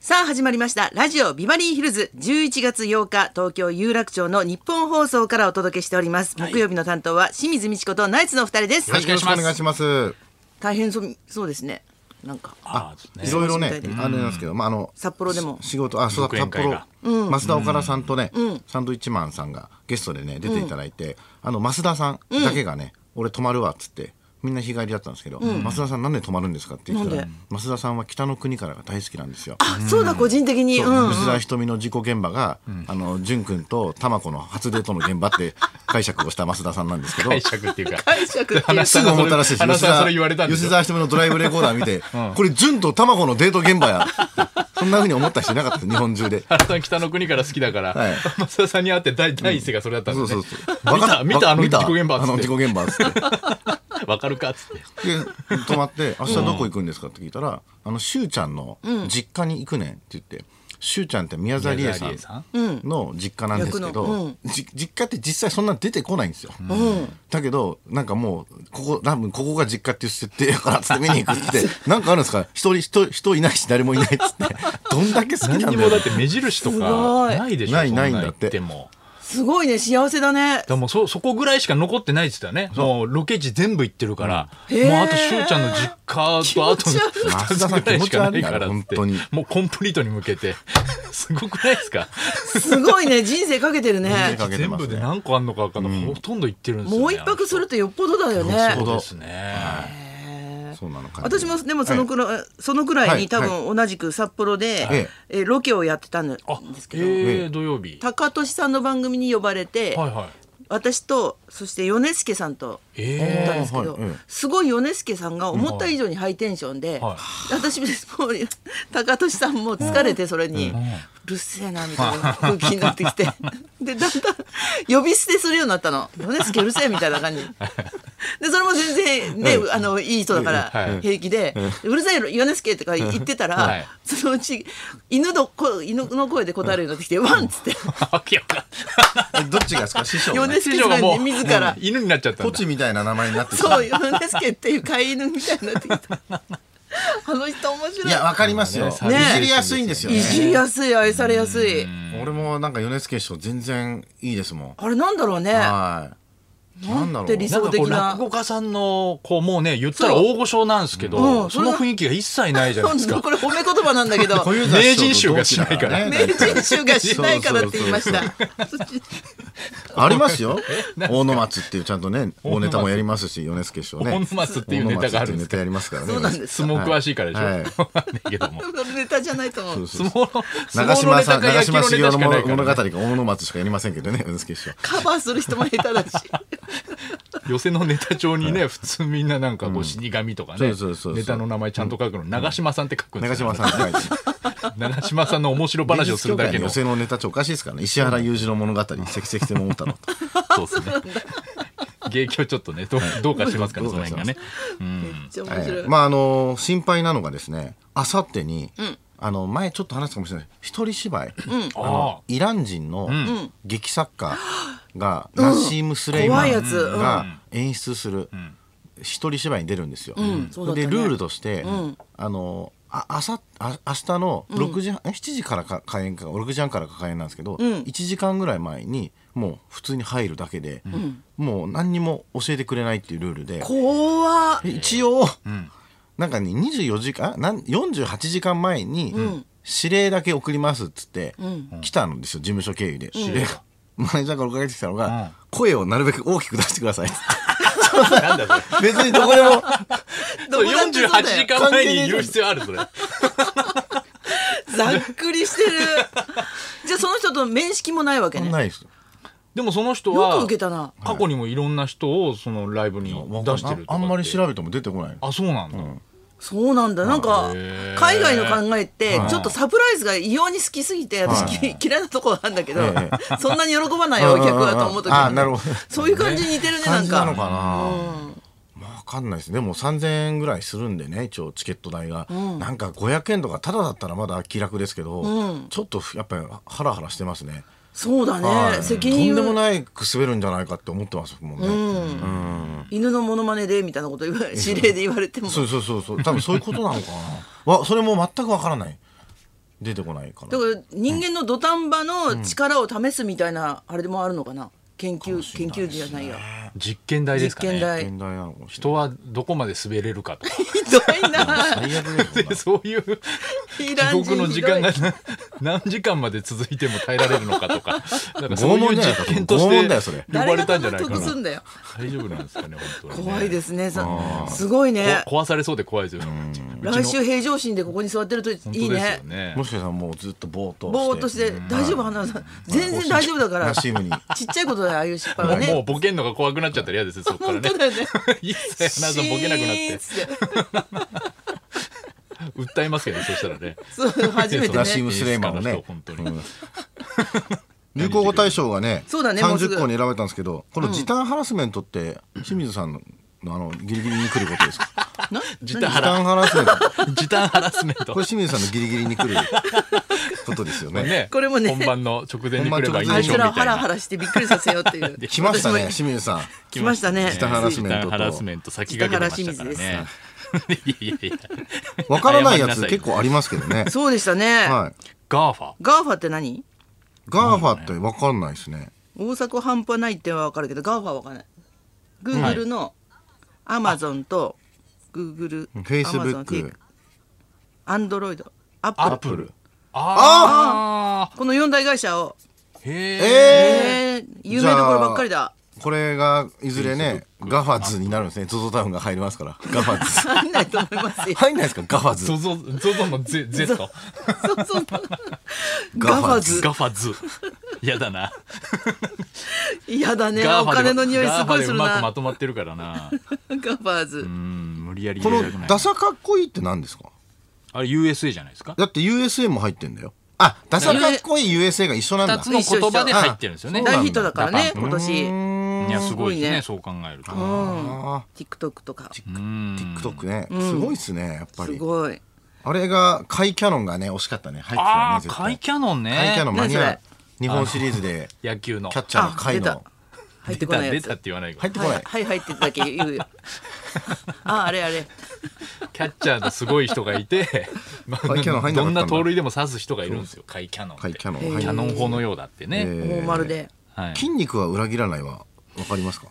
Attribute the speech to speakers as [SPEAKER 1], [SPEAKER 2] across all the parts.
[SPEAKER 1] さあ始まりましたラジオビバリーヒルズ11月8日東京有楽町の日本放送からお届けしております、
[SPEAKER 2] はい
[SPEAKER 1] 木曜日の担当は清水美智子とナイツのお二人です、
[SPEAKER 2] はいよろしくお願いし
[SPEAKER 3] ます。
[SPEAKER 1] 大変そそうですねなんか
[SPEAKER 2] ああ
[SPEAKER 3] いろいろね
[SPEAKER 1] そうですね、
[SPEAKER 3] あれなんですけど、まああの
[SPEAKER 1] 札幌でも
[SPEAKER 3] し仕事あ、そうだ
[SPEAKER 2] 独演
[SPEAKER 3] 札
[SPEAKER 2] 会
[SPEAKER 3] 幌
[SPEAKER 2] が、
[SPEAKER 3] 増田岡田さんとね、サンドイッチマンさんがゲストでね出ていただいて、あの増田さんだけがね、俺泊まるわっつって。みんな日帰りだったんですけど、増田さんなんで泊まるんですかって言った
[SPEAKER 1] な
[SPEAKER 3] ら
[SPEAKER 1] んで
[SPEAKER 3] 増田さんは北の国からが大好きなんですよ。
[SPEAKER 1] あそうだ個人的にう、
[SPEAKER 3] そうん
[SPEAKER 1] うん、
[SPEAKER 3] 吉田瞳の事故現場が、あの淳君と玉子の初デートの現場って解釈をした増田さんなんですけど
[SPEAKER 2] 解釈っていうか
[SPEAKER 1] 解釈っていう
[SPEAKER 2] 話
[SPEAKER 3] すぐ思ったらしいです。
[SPEAKER 2] 花さんはそれ言われたんです
[SPEAKER 3] 吉
[SPEAKER 2] よ
[SPEAKER 3] 沢ひとみのドライブレコーダー 見て、これ、純と玉子のデート現場や。そんな風に思った人いなかったです、日本中で。
[SPEAKER 2] 原さん北の国から好きだから、
[SPEAKER 3] はい
[SPEAKER 2] 増田さんに会って第第一声がそれだったん
[SPEAKER 3] そ
[SPEAKER 2] で
[SPEAKER 3] う
[SPEAKER 2] す
[SPEAKER 3] そう
[SPEAKER 2] ね
[SPEAKER 3] そう。
[SPEAKER 2] 見た見たあの
[SPEAKER 3] 見
[SPEAKER 2] 事故現場っつ
[SPEAKER 3] あの
[SPEAKER 2] っ
[SPEAKER 3] 事故
[SPEAKER 2] て
[SPEAKER 3] 現場っつって。
[SPEAKER 2] わかるかっつって
[SPEAKER 3] で、泊まって、明日どこ行くんですかって聞いたら、あの、しゅうちゃんの実家に行くねんって言って、しゅうちゃんって宮沢りえさ
[SPEAKER 2] 宮
[SPEAKER 3] ん
[SPEAKER 2] 沢
[SPEAKER 3] の実家なんですけ
[SPEAKER 1] 役のう
[SPEAKER 3] ど、じ実家って実際そんな出てこないんですよ。だけど、なんかもう、ここ、多分ここが実家っていう設定やからっつって見に行く って、なんかあるんですか一人、人、人いないし誰もいないっつって、どんだけ好きなんだ
[SPEAKER 2] 何
[SPEAKER 3] よ
[SPEAKER 2] にもだって目印とかないでしょ
[SPEAKER 3] ないない
[SPEAKER 2] そ
[SPEAKER 3] ないんだって
[SPEAKER 2] 言も
[SPEAKER 1] すごいね幸せだね
[SPEAKER 2] だからもうそそこぐらいしか残ってないって言ってたよねもうロケ地全部行ってるから、
[SPEAKER 1] へー
[SPEAKER 2] もうあとしゅうちゃんの実家とあと
[SPEAKER 1] 気持ち悪い
[SPEAKER 2] 2つぐらいしかないからっつっ
[SPEAKER 3] 本
[SPEAKER 2] て
[SPEAKER 3] 当に
[SPEAKER 2] もうコンプリートに向けてすごくないですか
[SPEAKER 1] すごいね人生かけて るね
[SPEAKER 3] 生かけて
[SPEAKER 2] 全
[SPEAKER 3] ます
[SPEAKER 2] 部
[SPEAKER 3] ね
[SPEAKER 2] で何個あんのか分かんない、ほとんど行ってるんですよ、ね、
[SPEAKER 1] もう一泊するとよっぽどだよ
[SPEAKER 3] よっぽ
[SPEAKER 1] ね
[SPEAKER 3] ど
[SPEAKER 2] そうですね、
[SPEAKER 3] そうなのかな
[SPEAKER 1] 私もでもそのくらい、そのくらいに多分同じく札幌で、
[SPEAKER 3] え
[SPEAKER 1] えロケをやってたんで
[SPEAKER 2] あ
[SPEAKER 1] すけ
[SPEAKER 2] え
[SPEAKER 1] ど、
[SPEAKER 2] ー、土曜日
[SPEAKER 1] 高俊さんの番組に呼ばれて、
[SPEAKER 2] はいはい
[SPEAKER 1] 私とそして米助さんと行
[SPEAKER 2] え
[SPEAKER 1] ったんですけど、
[SPEAKER 3] あーはいええ
[SPEAKER 1] すごい米助さんが思った以上にハイテンションで、
[SPEAKER 2] は
[SPEAKER 1] 私もう高俊さんも疲れてそれに、うるせえなみたいな空気になってきてでだんだん呼び捨てするようになったの米助うるせえみたいな感じ。でそれも全然ね、あのいい人だから
[SPEAKER 2] はい
[SPEAKER 1] 平気で「うるさいよ米助」とか言ってたら、
[SPEAKER 2] はい
[SPEAKER 1] そのうち犬の声犬の声で答えるようになってきて「ワン!」っつって
[SPEAKER 2] あいや
[SPEAKER 3] えどっちがですか師匠
[SPEAKER 1] 米
[SPEAKER 2] 師
[SPEAKER 1] 助
[SPEAKER 2] 匠
[SPEAKER 1] さ
[SPEAKER 2] が
[SPEAKER 1] ん
[SPEAKER 2] も
[SPEAKER 1] に
[SPEAKER 2] う
[SPEAKER 1] 自ら
[SPEAKER 2] うん犬になっちゃったん
[SPEAKER 3] ポ
[SPEAKER 2] だ
[SPEAKER 3] チみたいな名前になってきた
[SPEAKER 1] そう、ヨネスケっていう飼い犬みたいになってきた。あの人面白い。
[SPEAKER 3] いやわかりますよ、
[SPEAKER 2] ね
[SPEAKER 3] いじりやすいんですよね
[SPEAKER 1] いじりやすい、愛されやすい。
[SPEAKER 3] 俺もなんか米津師匠全然いいですもん
[SPEAKER 1] あれなんだろうね。
[SPEAKER 3] はいなんだろ
[SPEAKER 1] て
[SPEAKER 3] う
[SPEAKER 1] 理
[SPEAKER 2] な
[SPEAKER 1] 想
[SPEAKER 2] んかこ
[SPEAKER 1] 的
[SPEAKER 2] う
[SPEAKER 1] な
[SPEAKER 2] 落語家さんのこうもうね言ったら大御所なんですけど
[SPEAKER 1] そう
[SPEAKER 2] そ,、
[SPEAKER 1] うんそれ
[SPEAKER 2] の
[SPEAKER 1] は
[SPEAKER 2] 雰囲気が一切ないじゃないですか
[SPEAKER 1] これ褒め言葉なんだけ ど。
[SPEAKER 3] 小遊三師匠と同期
[SPEAKER 2] 名人集がしないから
[SPEAKER 3] だ
[SPEAKER 1] 名
[SPEAKER 3] ね
[SPEAKER 1] 人集がしないからって言いました
[SPEAKER 3] そうそう。ありますよ大野松っていうちゃんとね
[SPEAKER 2] 大野
[SPEAKER 3] 大
[SPEAKER 2] 松
[SPEAKER 3] ネタもやりますし米津師匠ね
[SPEAKER 2] 大野松っていうネタがあるんですか
[SPEAKER 3] 大野松っていうネタやりますからね
[SPEAKER 1] そうなんです
[SPEAKER 2] 相撲詳しいからでしょ、
[SPEAKER 3] はい
[SPEAKER 2] わかんないけども
[SPEAKER 1] ネタじゃないと思う。
[SPEAKER 3] そう
[SPEAKER 2] 相撲
[SPEAKER 3] そう
[SPEAKER 2] の相撲の
[SPEAKER 3] 長嶋
[SPEAKER 2] ネ
[SPEAKER 3] さ
[SPEAKER 2] タ
[SPEAKER 3] ん
[SPEAKER 2] か
[SPEAKER 3] 長
[SPEAKER 2] 野球
[SPEAKER 3] 嶋
[SPEAKER 2] の
[SPEAKER 3] 茂
[SPEAKER 2] ネタ
[SPEAKER 3] 雄
[SPEAKER 2] し
[SPEAKER 3] の
[SPEAKER 2] かないか
[SPEAKER 3] 物語
[SPEAKER 2] ら、
[SPEAKER 3] が大野松しかやりませんけどね米津師匠
[SPEAKER 1] カバーする人も下手だし。
[SPEAKER 2] 寄せのネタ帳にね、普通みんななんかこう死神とかね、
[SPEAKER 3] そうそうそうそう
[SPEAKER 2] ネタの名前ちゃんと書くの長嶋さんって書くんで
[SPEAKER 3] 長
[SPEAKER 2] すよ
[SPEAKER 3] 嶋さんが書いてる
[SPEAKER 2] 長嶋さんの面白話をするだけの
[SPEAKER 3] 女性のネタちょおかしいですからね石原裕次郎物語「赤石天桃太郎」と
[SPEAKER 2] そうですね。芸協ちょっとね、どう、どうかしますから、
[SPEAKER 3] ど
[SPEAKER 2] そうの
[SPEAKER 3] か
[SPEAKER 2] 辺
[SPEAKER 3] しま
[SPEAKER 2] が
[SPEAKER 3] す
[SPEAKER 2] ね。
[SPEAKER 1] めっちゃ面白
[SPEAKER 3] え
[SPEAKER 1] い
[SPEAKER 3] え。まああの心配なのがですねあさってに、あの前ちょっと話したかもしれない一人芝居、あのイラン人の劇作家が、ナシーム・スレイマ
[SPEAKER 1] 怖いやつう
[SPEAKER 3] ン
[SPEAKER 1] ん
[SPEAKER 3] が演出する一人芝居に出るんですよ。
[SPEAKER 1] んそうだったね
[SPEAKER 3] でルールとして、あのああさあ明日の6時半、え7時からか開演か6時半からか開演なんですけど、1時間ぐらい前にもう普通に入るだけで、もう何にも教えてくれないっていうルールで。
[SPEAKER 1] 怖っ
[SPEAKER 3] で一応、なんかね24時間あなん48時間前に指令だけ送りますっつって、来たんですよ事務所経由で、指令が マネージャーから送られてきたのが、
[SPEAKER 2] うん
[SPEAKER 3] 声をなるべく大きく出してくださいっつって
[SPEAKER 2] なんだそれ。
[SPEAKER 3] 別にどこ でも
[SPEAKER 1] どこだっ
[SPEAKER 2] 四
[SPEAKER 1] てそ
[SPEAKER 2] 十
[SPEAKER 1] うだ
[SPEAKER 2] 八
[SPEAKER 1] よ
[SPEAKER 2] 時間前に言う必要ある、それ。
[SPEAKER 1] ざっくりしてる。じゃあその人と面識もないわけね。
[SPEAKER 3] ないです
[SPEAKER 2] でも、その人
[SPEAKER 1] よく
[SPEAKER 2] は
[SPEAKER 1] 受。けたな。
[SPEAKER 2] 過去にもいろんな人を、そのライブに出してるとかって。
[SPEAKER 3] あんまり調べても出てこない
[SPEAKER 2] あ、そうなんだ。
[SPEAKER 1] そうなんだなんか
[SPEAKER 2] へー
[SPEAKER 1] 海外の考えって
[SPEAKER 2] はい
[SPEAKER 1] ちょっとサプライズが異様に好きすぎて私き嫌いなとこがあるんだけど
[SPEAKER 3] え
[SPEAKER 1] そんなに喜ばないよお客はと思うとき
[SPEAKER 3] あなるほど
[SPEAKER 1] そういう感じに似てるねな
[SPEAKER 3] 感
[SPEAKER 1] ん
[SPEAKER 3] じなの
[SPEAKER 1] か
[SPEAKER 3] かな、まあ、わかんないですでも3000円ぐらいするんでね一応チケット代が、なんか500円とかタダだったらまだ気楽ですけど、ちょっとやっぱりハラハラしてますね
[SPEAKER 1] そうだ
[SPEAKER 3] は
[SPEAKER 1] ね
[SPEAKER 3] い
[SPEAKER 1] 責任
[SPEAKER 3] とんでも
[SPEAKER 1] を
[SPEAKER 3] ないく滑るんじゃないかって思ってますもんね、
[SPEAKER 1] 犬のモノマネでみたいなこと言わ指令で言われても
[SPEAKER 3] そうそうそうそう多分そういうことなのかなわそれも全くわからない出てこないか
[SPEAKER 1] だ
[SPEAKER 3] ら
[SPEAKER 1] から人間の土壇場の力を試すみたいなあれでもあるのかな研究研究じゃないや
[SPEAKER 2] 実験台です
[SPEAKER 1] 実
[SPEAKER 2] か
[SPEAKER 1] 験
[SPEAKER 2] ね
[SPEAKER 1] 台
[SPEAKER 3] 現代なのかもしれ
[SPEAKER 2] 人はどこまで滑れるかとか
[SPEAKER 1] ひどいな
[SPEAKER 3] ない最悪だよこんな
[SPEAKER 2] で そういう地
[SPEAKER 1] イラン
[SPEAKER 2] 獄
[SPEAKER 1] 人
[SPEAKER 2] の
[SPEAKER 1] ひ
[SPEAKER 2] 時
[SPEAKER 1] ど
[SPEAKER 2] 間
[SPEAKER 1] い
[SPEAKER 2] がな 何時間まで続いても耐えられるのかとかなんかそう
[SPEAKER 3] 拷
[SPEAKER 2] いう
[SPEAKER 3] 問じゃないか
[SPEAKER 2] 実験とし
[SPEAKER 3] 拷問だよそ
[SPEAKER 2] て
[SPEAKER 3] れ
[SPEAKER 2] 呼ばれたんじゃない
[SPEAKER 1] 誰が
[SPEAKER 2] か
[SPEAKER 1] 納得
[SPEAKER 2] な
[SPEAKER 1] すんだよ
[SPEAKER 2] 大丈夫なんですかね本当にね
[SPEAKER 1] 怖いですねさすごいね
[SPEAKER 2] こ壊されそうで怖いですようちの
[SPEAKER 1] 来週平常心でここに座ってるとい
[SPEAKER 2] 本
[SPEAKER 1] い
[SPEAKER 2] 当で
[SPEAKER 1] ね
[SPEAKER 2] すよね
[SPEAKER 3] もしかしたらもうずっとぼーっと
[SPEAKER 1] ぼーっとして大丈夫花田さん全然大丈夫だ から
[SPEAKER 3] ナシームに
[SPEAKER 1] ちっちゃいことだよああいう失敗
[SPEAKER 2] も
[SPEAKER 1] は
[SPEAKER 2] うもう
[SPEAKER 1] ね
[SPEAKER 2] ボケんのが怖くなっちゃったら嫌ですよそこから
[SPEAKER 1] 本
[SPEAKER 2] ね
[SPEAKER 1] 当だよね
[SPEAKER 2] 一切花さんボケなくなって
[SPEAKER 1] シーンつって
[SPEAKER 2] 訴えますけどそしたらね
[SPEAKER 1] そう初めて
[SPEAKER 3] ナシー
[SPEAKER 1] ね
[SPEAKER 3] ムスレイマンを
[SPEAKER 2] いい
[SPEAKER 3] ね
[SPEAKER 2] ですかあの人本当
[SPEAKER 3] う
[SPEAKER 2] に
[SPEAKER 3] ん 流行語大賞がね
[SPEAKER 1] そうだねもうすぐ
[SPEAKER 3] 30個に選ばれたんですけどこの時短ハラスメントって清水さんのあのギリギリに来ることですか
[SPEAKER 1] な
[SPEAKER 2] 時
[SPEAKER 3] 時
[SPEAKER 2] 短ハラ
[SPEAKER 3] 短ハラスメント
[SPEAKER 2] 時短ハラスメント
[SPEAKER 3] これ清水さんのギリギリに来ることで すよね
[SPEAKER 2] ね
[SPEAKER 1] これもね
[SPEAKER 2] 本番の直前に来ればいい
[SPEAKER 1] あ
[SPEAKER 2] で
[SPEAKER 1] い
[SPEAKER 2] しょう
[SPEAKER 1] つ
[SPEAKER 2] み
[SPEAKER 1] らを
[SPEAKER 2] た
[SPEAKER 1] ハ
[SPEAKER 2] い
[SPEAKER 1] ラ
[SPEAKER 2] な
[SPEAKER 1] ハラしてびっくりさせようって いう
[SPEAKER 3] 来ました
[SPEAKER 1] 私
[SPEAKER 3] ね
[SPEAKER 1] も
[SPEAKER 3] 清水さん
[SPEAKER 1] 来ましたね
[SPEAKER 3] 時短ハラスメントと
[SPEAKER 2] 時短ハラスメント先駆けてましたから
[SPEAKER 1] 時短
[SPEAKER 2] ねいやいやいや
[SPEAKER 3] わからないや
[SPEAKER 2] 謝り
[SPEAKER 3] つ
[SPEAKER 2] さ
[SPEAKER 3] 結構ありますけどね
[SPEAKER 1] そうでしたね
[SPEAKER 3] はい
[SPEAKER 2] ガーファ
[SPEAKER 1] ガーファって何
[SPEAKER 3] ガーファってわかんないですね
[SPEAKER 1] 大阪半端ないってのはわかるけどガーファはわかんない Google のアマゾンと Google
[SPEAKER 3] フェイスブック
[SPEAKER 1] アンドロイドア
[SPEAKER 2] ア
[SPEAKER 1] ッ
[SPEAKER 2] ッ
[SPEAKER 1] プル
[SPEAKER 2] プルあ
[SPEAKER 1] この四大会社を
[SPEAKER 2] あへえ
[SPEAKER 3] え
[SPEAKER 1] えー、有名どころばっかりだ
[SPEAKER 3] ー、これがいずれねガファズになるんですね ZOZO タウンが入りますからガファ ズ
[SPEAKER 1] 入んないと思いますよ
[SPEAKER 3] 入んないですかガファズ
[SPEAKER 2] ゾゾゾゾのゼゼット
[SPEAKER 1] そうそうガ
[SPEAKER 3] ガ
[SPEAKER 1] フ
[SPEAKER 3] フ
[SPEAKER 1] ァ
[SPEAKER 3] ァ
[SPEAKER 1] ズ
[SPEAKER 2] ガファズやだな
[SPEAKER 1] 嫌だね
[SPEAKER 2] ガー
[SPEAKER 1] お
[SPEAKER 2] ファで
[SPEAKER 1] 金の匂いすごいする
[SPEAKER 2] ガーファでうまくま
[SPEAKER 1] な
[SPEAKER 2] とまってるか らな
[SPEAKER 1] ガファーズ
[SPEAKER 2] うん無理やり
[SPEAKER 3] こ
[SPEAKER 2] 入れたくな
[SPEAKER 3] の
[SPEAKER 2] い
[SPEAKER 3] ダサかっこいいって何ですか
[SPEAKER 2] あれ USA じゃないですか
[SPEAKER 3] だって USA も入ってんだよあダサかっこいい USA が一緒なんだ
[SPEAKER 2] 二つの言葉で入ってるんですよね
[SPEAKER 3] そうなんだ
[SPEAKER 1] 大ヒットだからね今年
[SPEAKER 2] いやすごいですね
[SPEAKER 1] す
[SPEAKER 2] そう考えると
[SPEAKER 3] あ
[SPEAKER 1] TikTok とか
[SPEAKER 3] ー TikTok ねすごいっすねやっぱ
[SPEAKER 1] す
[SPEAKER 3] り
[SPEAKER 1] ごい
[SPEAKER 3] あれがカイキャノンがね惜しかったね入ってたよ
[SPEAKER 2] あ
[SPEAKER 3] ね
[SPEAKER 2] あ
[SPEAKER 3] 絶
[SPEAKER 2] カイ
[SPEAKER 3] 対
[SPEAKER 2] キャノンね
[SPEAKER 3] カイキャノン間に合
[SPEAKER 1] 何
[SPEAKER 3] う日本シリーズで
[SPEAKER 2] 野球の
[SPEAKER 3] キャッチャーのカイ
[SPEAKER 1] あ出
[SPEAKER 3] の
[SPEAKER 1] た入って
[SPEAKER 2] 出
[SPEAKER 1] こ
[SPEAKER 2] た
[SPEAKER 1] ない
[SPEAKER 2] 出
[SPEAKER 1] や
[SPEAKER 2] たっ
[SPEAKER 1] つ
[SPEAKER 2] て言わないから
[SPEAKER 3] 入ってこ
[SPEAKER 1] は
[SPEAKER 3] ないい
[SPEAKER 1] はいはいってだけ言う よああれあれ
[SPEAKER 2] キャッチャーのすごい人がい てまあ
[SPEAKER 3] カイキャノン入んな
[SPEAKER 2] ど
[SPEAKER 3] かった
[SPEAKER 2] ん
[SPEAKER 3] んだ
[SPEAKER 2] な盗塁でも刺す人がいるんですよカイキャノンって
[SPEAKER 3] カイキャノン
[SPEAKER 2] キャノン砲のようだって
[SPEAKER 3] え
[SPEAKER 2] ね
[SPEAKER 3] ー
[SPEAKER 1] もうまるで
[SPEAKER 2] はい
[SPEAKER 3] 筋肉は裏切らないはわかりますか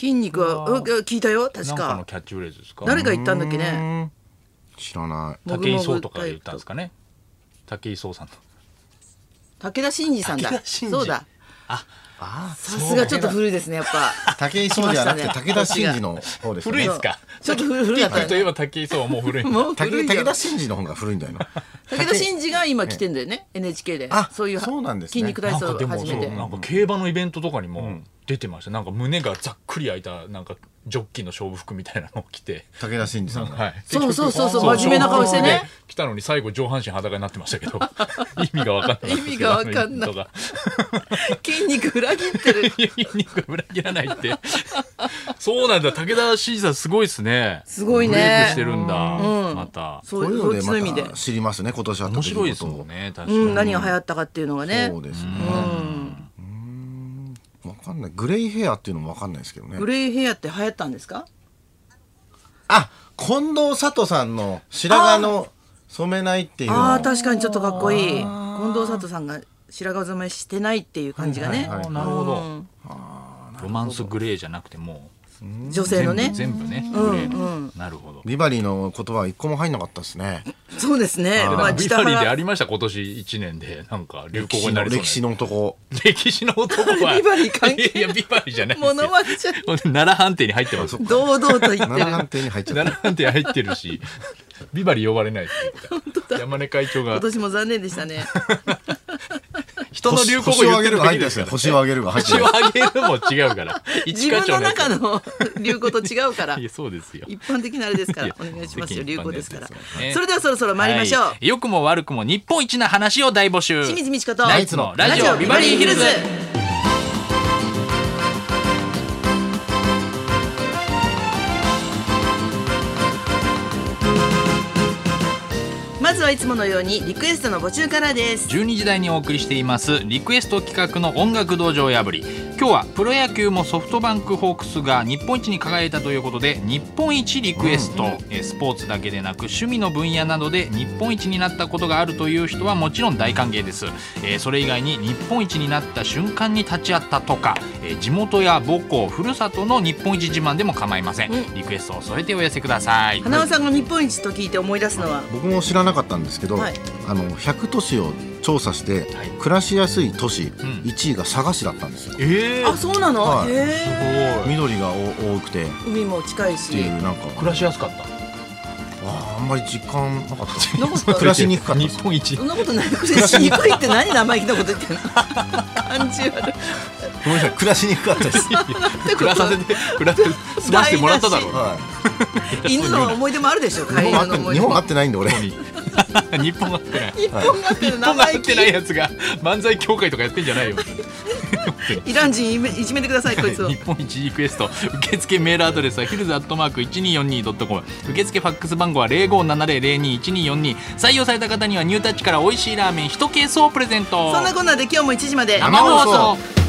[SPEAKER 1] 筋肉はう聞いたよ確
[SPEAKER 2] なんかの
[SPEAKER 1] か
[SPEAKER 2] キャッチフレーズですか
[SPEAKER 1] 誰が言ったんだっけね
[SPEAKER 3] うーん知らない
[SPEAKER 1] もぐ
[SPEAKER 2] 武井
[SPEAKER 1] もぐ
[SPEAKER 2] 壮とかが言ったんですかね武井壮さんの
[SPEAKER 1] 武田真治さんだ
[SPEAKER 2] 武田真治
[SPEAKER 1] そうだ
[SPEAKER 3] あ
[SPEAKER 1] さすがちょっと古いですねやっぱ
[SPEAKER 3] 武井壮じゃなく
[SPEAKER 1] 来
[SPEAKER 3] て
[SPEAKER 1] ましたね
[SPEAKER 3] 武田真治の方で す
[SPEAKER 2] 古いっすか
[SPEAKER 1] ちょっと古古かった
[SPEAKER 2] といえば武井壮はもう古 い
[SPEAKER 1] もう古
[SPEAKER 3] 武
[SPEAKER 1] いよ
[SPEAKER 3] 武田真治の方が古いんだ よな
[SPEAKER 1] 武田真治が今来てんだよね NHK で
[SPEAKER 3] あ
[SPEAKER 1] そういう
[SPEAKER 3] そうなんですね
[SPEAKER 1] 筋肉体
[SPEAKER 2] なん
[SPEAKER 1] 操
[SPEAKER 2] か
[SPEAKER 1] を
[SPEAKER 2] でも
[SPEAKER 1] 始
[SPEAKER 2] そ
[SPEAKER 1] め
[SPEAKER 2] う
[SPEAKER 1] て
[SPEAKER 2] なんか競馬のイベントとかにも出てましたなんか胸がざっくり開いたなんかジョッキーの勝負服みたいなのを着て
[SPEAKER 3] 武田真治さんが
[SPEAKER 2] はい、
[SPEAKER 1] そうそうそうそう
[SPEAKER 3] 真面目な顔して
[SPEAKER 1] ね
[SPEAKER 2] 来たのに最後上半身裸になってましたけど 意味が分かんなかったですけど
[SPEAKER 1] 意味が分かんない
[SPEAKER 2] あのイベントが
[SPEAKER 1] 筋肉裏切ってる
[SPEAKER 2] 意味が裏切らないって そうなんだ武田真治さんすごいですね
[SPEAKER 1] すごいね
[SPEAKER 2] ブレイクしてるんだ、また
[SPEAKER 1] そ
[SPEAKER 3] こ
[SPEAKER 1] うい
[SPEAKER 3] ういうう
[SPEAKER 1] そっちの意
[SPEAKER 3] の
[SPEAKER 1] 味で
[SPEAKER 3] でまた知りますね今年あった
[SPEAKER 2] 面白いです
[SPEAKER 3] 出来
[SPEAKER 2] も
[SPEAKER 3] 事
[SPEAKER 2] んね確かに、
[SPEAKER 1] うん何が流行ったかっていうのがね
[SPEAKER 3] そうですねわかんないグレイヘアっていうのもわかんないですけどね
[SPEAKER 1] グレイヘアって流行ったんですか
[SPEAKER 3] あ近藤佐藤さんの白髪の染めないっていうの
[SPEAKER 1] ああ確かにちょっとかっこいい近藤佐藤さんが白髪染めしてないっていう感じがね
[SPEAKER 2] あーなるほど、ロマンスグレーじゃなくても
[SPEAKER 1] 女性のね
[SPEAKER 2] 全部全部ねグレーの、なるほど
[SPEAKER 3] ビバリーの言葉は一個も入んなかったですね
[SPEAKER 1] そうですねまあ
[SPEAKER 2] ビ
[SPEAKER 1] 自
[SPEAKER 2] バリーであ
[SPEAKER 1] 腹
[SPEAKER 2] りました今年一年でなんか流行
[SPEAKER 3] 歴
[SPEAKER 2] 語
[SPEAKER 3] 史
[SPEAKER 2] にな
[SPEAKER 3] の
[SPEAKER 2] りそう
[SPEAKER 3] 歴史
[SPEAKER 2] の
[SPEAKER 3] の 男
[SPEAKER 2] 歴史の男は
[SPEAKER 1] ビバリー関係
[SPEAKER 2] いやいやビバリーじゃないですよ
[SPEAKER 1] ものまねちゃん
[SPEAKER 2] 奈良判定に入ってます
[SPEAKER 1] 堂々と言って
[SPEAKER 3] 7
[SPEAKER 1] る
[SPEAKER 3] 判定に入っちゃった
[SPEAKER 2] 奈良判定入ってるしビバリー呼ばれないって言った山根会長が
[SPEAKER 1] 今年も残念でしたね
[SPEAKER 2] 人の流行語
[SPEAKER 3] 星を
[SPEAKER 2] 言って
[SPEAKER 3] 上
[SPEAKER 2] る
[SPEAKER 3] げるが
[SPEAKER 2] だ
[SPEAKER 3] 入
[SPEAKER 2] け
[SPEAKER 3] ってる
[SPEAKER 2] で
[SPEAKER 3] んですすよ
[SPEAKER 2] から
[SPEAKER 3] 星を上げるが入って
[SPEAKER 2] 星
[SPEAKER 3] る
[SPEAKER 2] を上げるも違うから
[SPEAKER 1] 自
[SPEAKER 2] 一課
[SPEAKER 1] 分
[SPEAKER 2] 長
[SPEAKER 1] の
[SPEAKER 2] のやつ
[SPEAKER 1] 中の流行と違うから
[SPEAKER 2] いやそうですよ
[SPEAKER 1] 一般的なあれですか ら
[SPEAKER 2] いや
[SPEAKER 1] お願いします
[SPEAKER 2] 世
[SPEAKER 1] よ
[SPEAKER 2] 間一
[SPEAKER 1] 流
[SPEAKER 2] 般
[SPEAKER 1] 行ですから
[SPEAKER 2] ですよね
[SPEAKER 1] それではそろそろ参りましょう、
[SPEAKER 2] はい良くも悪くも日本一な話を大募集
[SPEAKER 1] 清水美智子と
[SPEAKER 2] ナイツのラジオビバリーヒルズ
[SPEAKER 1] まずはいつものようにリクエストの募集からです
[SPEAKER 2] 12時台にお送りしていますリクエスト企画の音楽道場破り今日はプロ野球もソフトバンクホークスが日本一に輝いたということで日本一リクエスト、えスポーツだけでなく趣味の分野などで日本一になったことがあるという人はもちろん大歓迎です、えーそれ以外に日本一になった瞬間に立ち会ったとか、えー地元や母校ふるさとの日本一自慢でも構いません、
[SPEAKER 1] うん
[SPEAKER 2] リクエストを添えてお寄せください
[SPEAKER 1] 花輪さんが日本一と聞いて思い出すのは
[SPEAKER 3] 僕も知らなかったんですけど、
[SPEAKER 1] はい
[SPEAKER 3] あの100都市を調査して、
[SPEAKER 2] はい
[SPEAKER 3] 暮らしやすい都市、
[SPEAKER 2] ん
[SPEAKER 3] 1位が佐賀市だったんですよ
[SPEAKER 2] え
[SPEAKER 1] あそうなの、
[SPEAKER 3] はい
[SPEAKER 1] へえ
[SPEAKER 2] すごい
[SPEAKER 3] 緑がお多くてっ
[SPEAKER 1] 海も近いして
[SPEAKER 3] いうなんか
[SPEAKER 2] 暮らしやすかった
[SPEAKER 3] あーあんまり実感なかったです
[SPEAKER 1] なんか
[SPEAKER 3] 暮らしにくかったで
[SPEAKER 2] 日
[SPEAKER 3] す
[SPEAKER 2] 本一
[SPEAKER 1] そんなことない 暮らしにくいって何生意気なこと言ってんの 感じ悪い
[SPEAKER 3] ごめんなさい 暮らしにくかった です、
[SPEAKER 2] 暮らさせて暮らせ済ませてもらっただろうな
[SPEAKER 3] は
[SPEAKER 1] 犬の思い出もあるでしょ
[SPEAKER 3] い、
[SPEAKER 1] 飼
[SPEAKER 3] 日
[SPEAKER 1] い
[SPEAKER 3] 本合
[SPEAKER 1] 犬の思い
[SPEAKER 3] って日
[SPEAKER 1] 出
[SPEAKER 3] 本合
[SPEAKER 1] も
[SPEAKER 3] ってないんで俺
[SPEAKER 2] 日本が合ってない
[SPEAKER 1] 日本があって
[SPEAKER 2] 日
[SPEAKER 1] る
[SPEAKER 2] 本が
[SPEAKER 1] 生
[SPEAKER 2] 合
[SPEAKER 1] 意
[SPEAKER 2] ってない
[SPEAKER 1] 気
[SPEAKER 2] やつが漫才協会とかやってんじゃないよ
[SPEAKER 1] イラン人いめいじめてくださいこいつを
[SPEAKER 2] 日本一リクエスト受付メールアドレスはヒルズアットマーク 1242.com 受付ファックス番号は0570021242採用された方にはニュータッチから美味しいラーメン1ケースをプレゼント
[SPEAKER 1] そんなこんなで今日も1時まで
[SPEAKER 3] 生放送